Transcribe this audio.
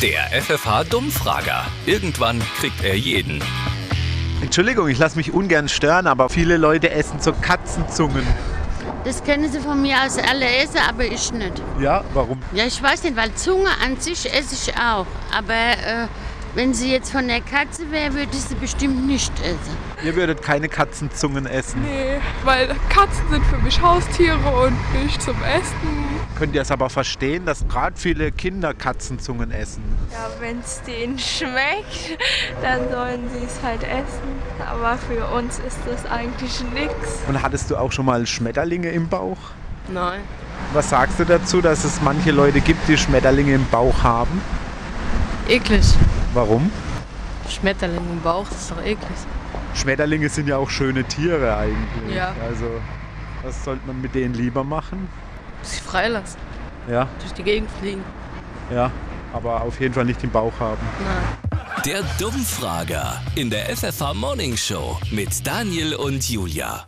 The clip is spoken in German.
Der FFH-Dummfrager. Irgendwann kriegt er jeden. Entschuldigung, ich lasse mich ungern stören, aber viele Leute essen so Katzenzungen. Das können sie von mir aus alle essen, aber ich nicht. Ja, warum? Ja, ich weiß nicht, weil Zunge an sich esse ich auch. Aber äh, wenn sie jetzt von der Katze wäre, würde ich sie bestimmt nicht essen. Ihr würdet keine Katzenzungen essen. Nee, weil Katzen sind für mich Haustiere und nicht zum Essen. Könnt ihr es aber verstehen, dass gerade viele Kinder Katzenzungen essen? Ja, wenn es denen schmeckt, dann sollen sie es halt essen. Aber für uns ist das eigentlich nichts. Und hattest du auch schon mal Schmetterlinge im Bauch? Nein. Was sagst du dazu, dass es manche Leute gibt, die Schmetterlinge im Bauch haben? Eklig. Warum? Schmetterling im Bauch, das ist doch eklig. Schmetterlinge sind ja auch schöne Tiere eigentlich. Ja. Also, was sollte man mit denen lieber machen? Sie freilassen, Ja, durch die Gegend fliegen. ja. Aber auf jeden Fall nicht im Bauch haben. Nein. Der Dummfrager in der FFH Morning Show mit Daniel und Julia.